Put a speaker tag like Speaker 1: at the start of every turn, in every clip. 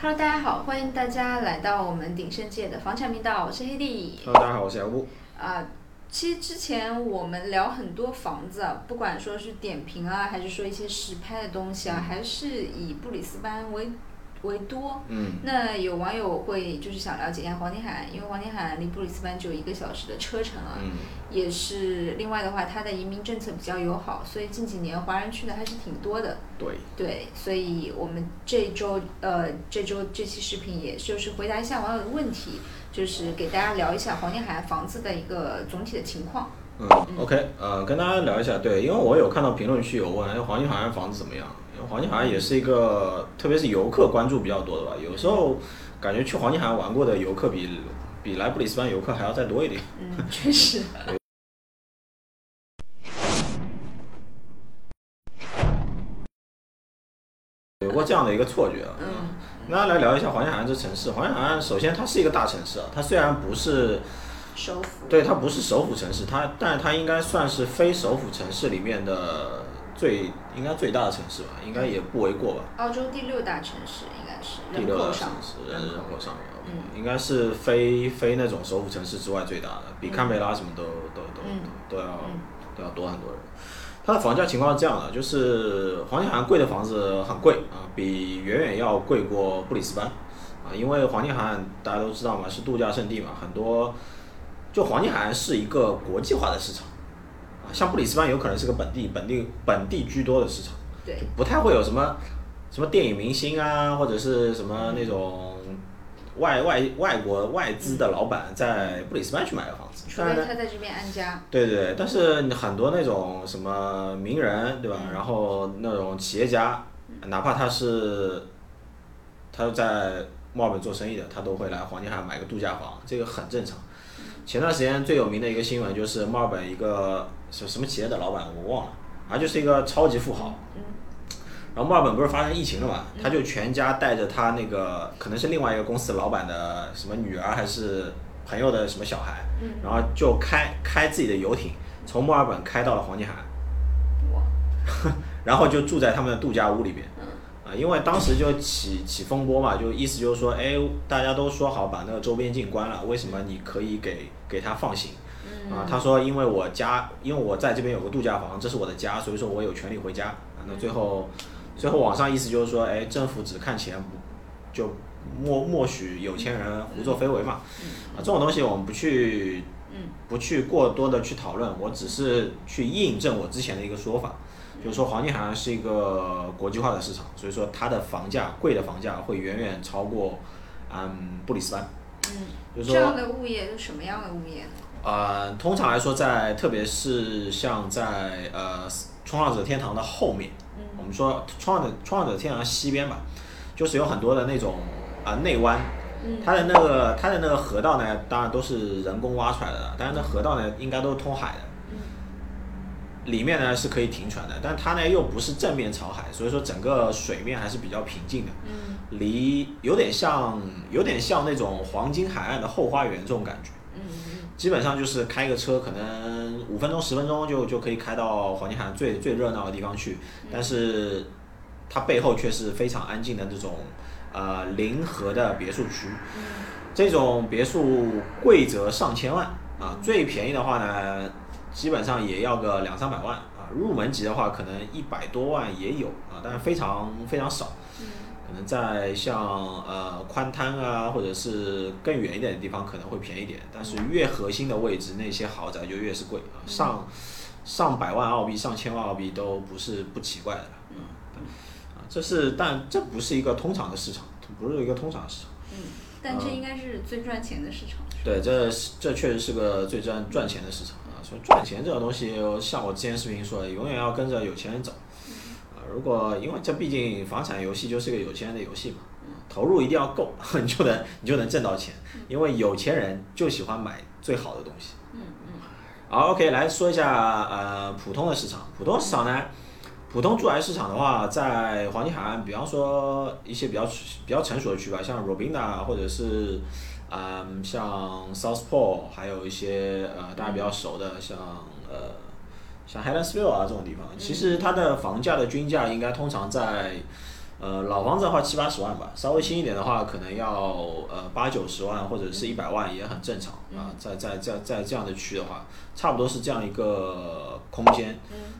Speaker 1: Hello，大家好，欢迎大家来到我们鼎盛界的房产频道，我是黑弟。
Speaker 2: Hello，大家好，我是小布。
Speaker 1: 啊，其实之前我们聊很多房子啊，不管说是点评啊，还是说一些实拍的东西啊，还是以布里斯班为为多。
Speaker 2: 嗯，
Speaker 1: 那有网友会就是想了解一下哎黄金海岸，因为黄金海岸离布里斯班只有一个小时的车程啊，
Speaker 2: 嗯，
Speaker 1: 也是另外的话，它的移民政策比较友好，所以近几年华人去的还是挺多的。
Speaker 2: 对，
Speaker 1: 对，所以我们这周呃这周这期视频也就是回答一下网友的问题，就是给大家聊一下黄金海岸房子的一个总体的情况。
Speaker 2: 嗯，OK，呃，跟大家聊一下，对，因为我有看到评论区有问，哎，黄金海岸房子怎么样？因为黄金海岸也是一个，特别是游客关注比较多的吧，有时候感觉去黄金海岸玩过的游客比比来布里斯班游客还要再多一点。
Speaker 1: 嗯，确 实。
Speaker 2: 有过这样的一个错觉啊。
Speaker 1: 嗯
Speaker 2: 那来聊一下黄金海岸这城市。黄金海岸首先它是一个大城市啊，它虽然不是
Speaker 1: 首府。
Speaker 2: 对，它不是首府城市，它，但是它应该算是非首府城市里面的最应该最大的城市吧，应该也不为过吧。
Speaker 1: 澳洲第六大城市应该是
Speaker 2: 第
Speaker 1: 人
Speaker 2: 六大啊
Speaker 1: 口
Speaker 2: 城
Speaker 1: 上，
Speaker 2: 市，人人口上面，
Speaker 1: 嗯
Speaker 2: 应该是非非那种首府城市之外最大的，比堪培拉什么都都都
Speaker 1: 嗯
Speaker 2: 都都要
Speaker 1: 嗯
Speaker 2: 都要多很多人。它的房价情况是这样的，就是黄金海岸贵的房子很贵啊，比远远要贵过布里斯班啊，因为黄金海岸大家都知道嘛，是度假胜地嘛，很多就黄金海岸是一个国际化的市场啊，像布里斯班有可能是个本地本地本地居多的市场。
Speaker 1: 对
Speaker 2: 就，不太会有什么什么电影明星啊，或者是什么那种外外外国外资的老板在布里斯班去买个房子。
Speaker 1: 除
Speaker 2: 当然
Speaker 1: 非
Speaker 2: 呢，
Speaker 1: 他在这边安家。
Speaker 2: 对对对，但是你很多那种什么名人对吧？
Speaker 1: 嗯
Speaker 2: 然后那种企业家，哪怕他是他在墨尔本做生意的，他都会来黄金海岸买个度假房，这个很正常。
Speaker 1: 嗯
Speaker 2: 前段时间最有名的一个新闻就是墨尔本一个什什么企业的老板我忘了，反正就是一个超级富豪，
Speaker 1: 嗯
Speaker 2: 然后墨尔本不是发生疫情了嘛，
Speaker 1: 嗯
Speaker 2: 他就全家带着他那个可能是另外一个公司老板的什么女儿还是朋友的什么小孩，
Speaker 1: 嗯，
Speaker 2: 然后就开开自己的游艇从墨尔本开到了黄金海岸，
Speaker 1: 我
Speaker 2: 然后就住在他们的度假屋里边。
Speaker 1: 嗯
Speaker 2: 啊，因为当时就起起风波嘛，就意思就是说，哎，大家都说好把那个周边境关了，为什么你可以给给他放行？
Speaker 1: 嗯
Speaker 2: 啊，他说因为我家，因为我在这边有个度假房，这是我的家，所以说我有权利回家。啊，那最后，
Speaker 1: 嗯
Speaker 2: 最后网上意思就是说，哎，政府只看钱，不就默默许有钱人胡作非为嘛。啊，这种东西我们不去
Speaker 1: 嗯
Speaker 2: 不去过多的去讨论，我只是去印证我之前的一个说法，就是说黄金海岸是一个国际化的市场，所以说它的房价贵的房价会远远超过，嗯，布里斯班。
Speaker 1: 嗯，
Speaker 2: 就是
Speaker 1: 这
Speaker 2: 说。
Speaker 1: 样的物业都什么样的物业呢？
Speaker 2: 呃，通常来说在，特别是像在呃冲浪者天堂的后面，我
Speaker 1: 嗯
Speaker 2: 们说冲浪者冲浪者天堂西边吧，就是有很多的那种啊、内湾，
Speaker 1: 嗯
Speaker 2: 它的那个它的那个河道呢，当然都是人工挖出来的，但是那河道呢应该都是通海的，
Speaker 1: 嗯
Speaker 2: 里面呢是可以停船的，但它呢又不是正面朝海，所以说整个水面还是比较平静的，
Speaker 1: 嗯
Speaker 2: 离有点像有点像那种黄金海岸的后花园这种感觉。
Speaker 1: 嗯
Speaker 2: 基本上就是开个车，可能五分钟、十分钟就就可以开到黄金海岸最最热闹的地方去，但是它背后却是非常安静的这种呃临河的别墅区。
Speaker 1: 嗯
Speaker 2: 这种别墅贵则上千万啊，最便宜的话呢，基本上也要个两三百万啊，入门级的话可能一百多万也有啊，但是非常非常少。
Speaker 1: 嗯
Speaker 2: 可能在像呃宽滩啊，或者是更远一点的地方可能会便宜点，但
Speaker 1: 嗯
Speaker 2: 是越核心的位置那些豪宅就越是贵啊，上
Speaker 1: 嗯
Speaker 2: 上百万澳币、上千万澳币都不是不奇怪的了
Speaker 1: 嗯
Speaker 2: 啊。这是，但这不是一个通常的市场，不是一个通常的市场。
Speaker 1: 嗯，但这应该是最赚钱的市场。
Speaker 2: 对，这是这确实是个最赚赚钱的市场啊。所以赚钱这种东西，像我之前视频说的，永远要跟着有钱人走啊。如果因为这毕竟房产游戏就是个有钱人的游戏嘛，投入一定要够， 你就能你就能挣到钱。因为有钱人就喜欢买最好的东西。
Speaker 1: 嗯嗯
Speaker 2: 好，OK，来说一下呃普通的市场，普通市场呢，普通住宅市场的话，在黄金海岸，比方说一些比较比较成熟的区吧，像 Robina 或者是嗯像 Southport，还有一些呃大家比较熟的像呃像 Helen'sville 啊这种地方，其实它的房价的均价应该通常在呃，老房子的话七八十万吧，稍微新一点的话可能要呃八九十万或者是一百万也很正常啊、在在在在这样的区的话，差不多是这样一个空间。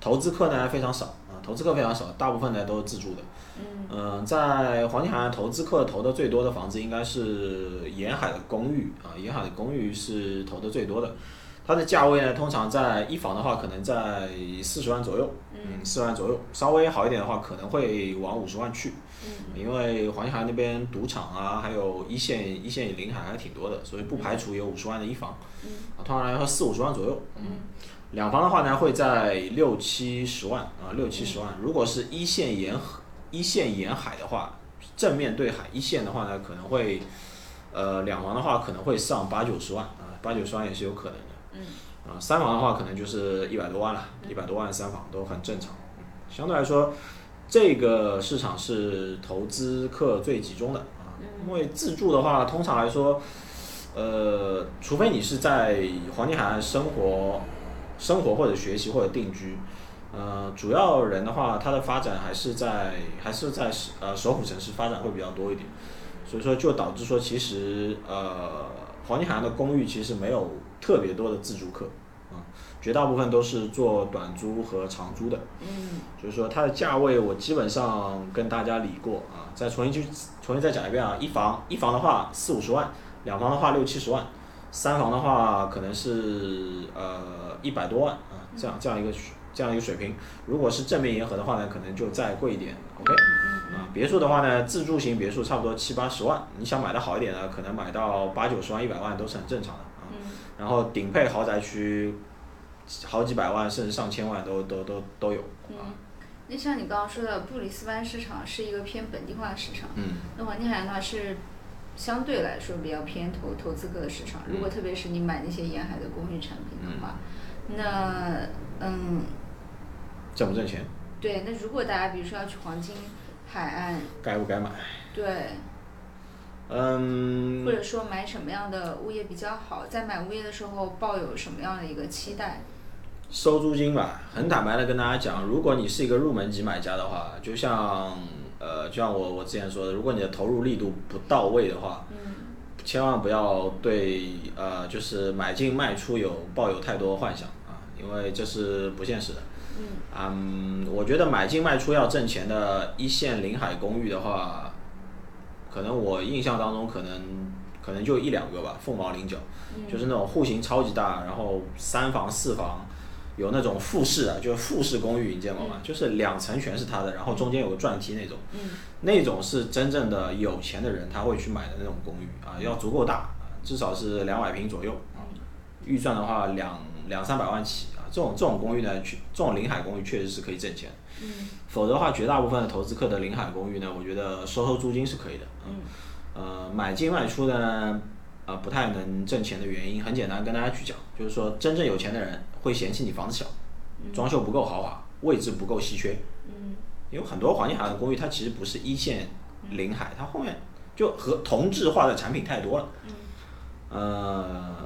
Speaker 2: 投资客呢非常少啊，投资客非常少，大部分呢都是自住的。嗯、在黄金海岸投资客投的最多的房子应该是沿海的公寓啊，沿海的公寓是投的最多的。它的价位呢，通常在一房的话，可能在四十万左右，嗯，四十万左右，稍微好一点的话，可能会往五十万去，嗯，因为黄金海岸那边赌场啊，还有一线一线临海还挺多的，所以不排除有五十万的一房，嗯，通常来说四五十万左右，嗯，两房的话呢，会在六七十万啊，六七十万，如果是一线沿河一线沿海的话，正面对海一线的话呢，可能会，呃，两房的话可能会上八九十万啊，八九十万也是有可能的。啊，三房的话可能就是一百多万了，一百多万三房都很正常。嗯相对来说，这个市场是投资客最集中的啊，因为自住的话，通常来说，呃，除非你是在黄金海岸生活、生活或者学习或者定居。呃，主要人的话，他的发展还是在还是在呃首府城市发展会比较多一点，所以说就导致说其实呃黄金海岸的公寓其实没有特别多的自住客啊、绝大部分都是做短租和长租的，
Speaker 1: 嗯
Speaker 2: 所以说它的价位我基本上跟大家理过啊，再重新去重新再讲一遍啊，一房一房的话四五十万，两房的话六七十万，三房的话可能是呃一百多万啊，这样这样一个这样一个水平。如果是正面沿河的话呢，可能就再贵一点，OK。啊，
Speaker 1: 嗯
Speaker 2: 别墅的话呢，自住型别墅差不多七八十万，你想买的好一点呢，可能买到八九十万、一百万都是很正常的啊。然后顶配豪宅区，好几百万甚至上千万都都都都有啊。
Speaker 1: 嗯，那像你刚刚说的，布里斯班市场是一个偏本地化的市场，
Speaker 2: 嗯，
Speaker 1: 那黄金海岸的话是相对来说比较偏投投资客的市场。如果特别是你买那些沿海的公寓产品的话，那嗯，
Speaker 2: 挣不挣钱，
Speaker 1: 对，那如果大家比如说要去黄金海岸，
Speaker 2: 该不该买？
Speaker 1: 对，
Speaker 2: 嗯
Speaker 1: 或，者说买什么样的物业比较好，在买物业的时候抱有什么样的一个期待？
Speaker 2: 收租金吧，很坦白的跟大家讲，如果你是一个入门级买家的话，就像呃，就像我我之前说的，如果你的投入力度不到位的话，千万不要对呃，就是买进卖出有抱有太多幻想啊，因为这是不现实的。嗯，我觉得买进卖出要挣钱的一线临海公寓的话，可能我印象当中可能可能就一两个吧，凤毛麟角，就是那种户型超级大，然后三房四房，有那种复式啊，就是复式公寓，你见过吗？就是两层全是他的，然后中间有个转梯那种，那种是真正的有钱的人他会去买的那种公寓啊，要足够大，啊至少是两百平左右啊，预算的话两两三百万起啊，这种这种公寓呢，去这种临海公寓确实是可以挣钱。否则的话，绝大部分的投资客的临海公寓呢，我觉得收收租金是可以的。嗯，呃，买进卖出呢，呃，不太能挣钱的原因很简单，跟大家去讲，就是说真正有钱的人会嫌弃你房子小，装修不够豪华，位置不够稀缺。
Speaker 1: 嗯
Speaker 2: 因为很多黄金海岸的公寓，它其实不是一线临海，它后面就和同质化的产品太多了。呃，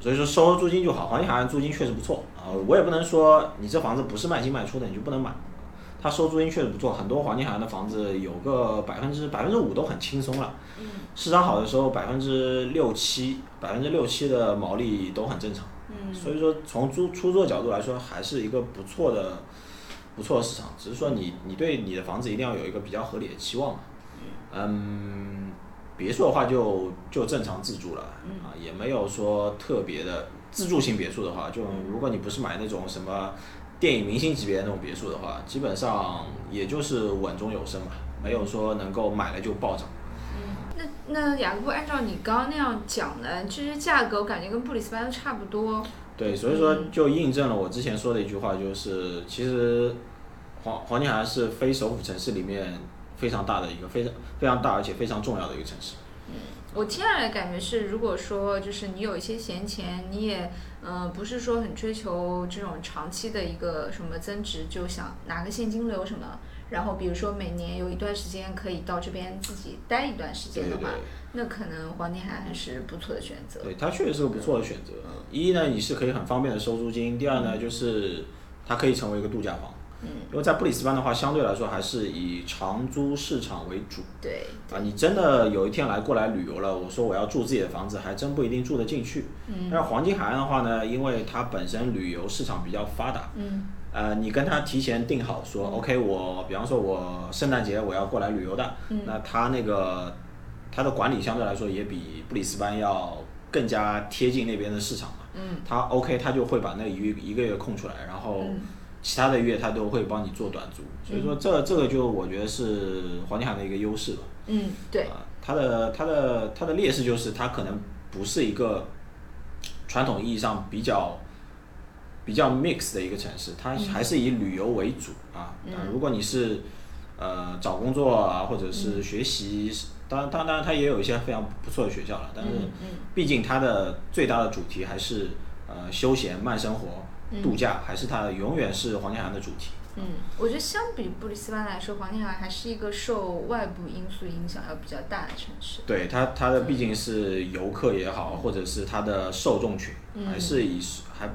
Speaker 2: 所以说收租金就好，黄金海岸租金确实不错啊、我也不能说你这房子不是卖进卖出的，你就不能买。它收租金确实不错，很多黄金海岸的房子有个百分之百分之五都很轻松了。市场好的时候，百分之六七百分之六七的毛利都很正常。
Speaker 1: 嗯
Speaker 2: 所以说从租出租的角度来说，还是一个不错的不错的市场，只是说你你对你的房子一定要有一个比较合理的期望嘛。嗯，别墅的话就就正常自住了啊，也没有说特别的自住型别墅的话，就如果你不是买那种什么电影明星级别的那种别墅的话，基本上也就是稳中有升吧，没有说能够买了就暴涨。
Speaker 1: 那那雅各布，按照你刚刚那样讲的，这些价格我感觉跟布里斯班都差不多。
Speaker 2: 对，所以说就印证了我之前说的一句话，就是其实黄黄金海岸是非首府城市里面非常大的一个非常非常大而且非常重要的一个城市。
Speaker 1: 我接下来的感觉是，如果说就是你有一些闲钱，你也嗯、呃不是说很追求这种长期的一个什么增值，就想拿个现金流什么，然后比如说每年有一段时间可以到这边自己待一段时
Speaker 2: 对
Speaker 1: 间
Speaker 2: 对
Speaker 1: 的话，
Speaker 2: 对，
Speaker 1: 那可能黄金海岸还是不错的选择。
Speaker 2: 对它确实是个不错的选嗯择。一呢，你是可以很方便的收租金；第二呢，就是它可以成为一个度假房。因为在布里斯班的话，相对来说还是以长租市场为主
Speaker 1: 对，
Speaker 2: 啊。你真的有一天来过来旅游了，我说我要住自己的房子，还真不一定住得进去。
Speaker 1: 嗯
Speaker 2: 但是黄金海岸的话呢，因为它本身旅游市场比较发达，
Speaker 1: 嗯
Speaker 2: 呃，你跟他提前定好说，OK，我比方说我圣诞节我要过来旅游的，
Speaker 1: 嗯
Speaker 2: 那他那个他的管理相对来说也比布里斯班要更加贴近那边的市场嘛。
Speaker 1: 嗯
Speaker 2: 他 OK，他就会把那一个一个月空出来，然后
Speaker 1: 嗯
Speaker 2: 其他的月他都会帮你做短租，所以说这这个就我觉得是黄金海岸的一个优势吧。
Speaker 1: 嗯，对，
Speaker 2: 啊，它的它的它的劣势就是它可能不是一个传统意义上比较比较 mix 的一个城市，它还是以旅游为主啊。
Speaker 1: 嗯
Speaker 2: 啊如果你是呃找工作啊，或者
Speaker 1: 嗯
Speaker 2: 是学习，当然当然当然它也有一些非常不错的学校了，但是
Speaker 1: 嗯嗯
Speaker 2: 毕竟它的最大的主题还是呃休闲慢生活。
Speaker 1: 嗯
Speaker 2: 度假还是它的永远是黄金海岸的主题，
Speaker 1: 嗯，我觉得相比布里斯班来说，黄金海岸还是一个受外部因素影响要比较大的城市。
Speaker 2: 对它它的毕竟是游客也好，或者是它的受众群，
Speaker 1: 嗯
Speaker 2: 还是以还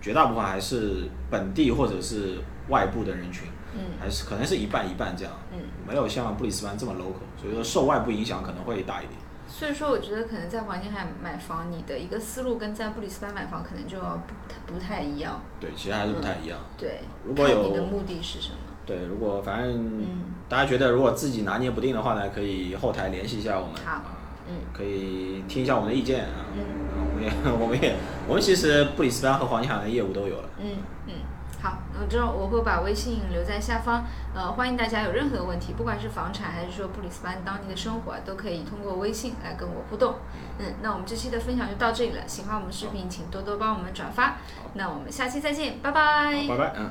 Speaker 2: 绝大部分还是本地或者是外部的人群，
Speaker 1: 嗯
Speaker 2: 还是可能是一半一半这样，
Speaker 1: 嗯，
Speaker 2: 没有像布里斯班这么 local，所以说受外部影响可能会大一点。
Speaker 1: 所以说我觉得可能在黄金海岸买房，你的一个思路跟在布里斯班买房可能就要不太不太一样。
Speaker 2: 对，其实还是
Speaker 1: 嗯
Speaker 2: 不太一样。
Speaker 1: 对，
Speaker 2: 如果
Speaker 1: 看
Speaker 2: 有
Speaker 1: 你的目的是什么？
Speaker 2: 对，如果反正
Speaker 1: 嗯
Speaker 2: 大家觉得如果自己拿捏不定的话呢，可以后台联系一下我们
Speaker 1: 好
Speaker 2: 啊，
Speaker 1: 嗯
Speaker 2: 可以听一下我们的意见啊。
Speaker 1: 嗯
Speaker 2: 我们也 我们也我们其实布里斯班和黄金海岸的业务都有了。
Speaker 1: 嗯嗯，好，我之后我会把微信留在下方，呃，欢迎大家有任何问题，不管是房产还是说布里斯班当地的生活啊，都可以通过微信来跟我互动。嗯，那我们这期的分享就到这里了，喜欢我们视频请多多帮我们转发，那我们下期再见，拜拜。
Speaker 2: 好，拜拜，嗯。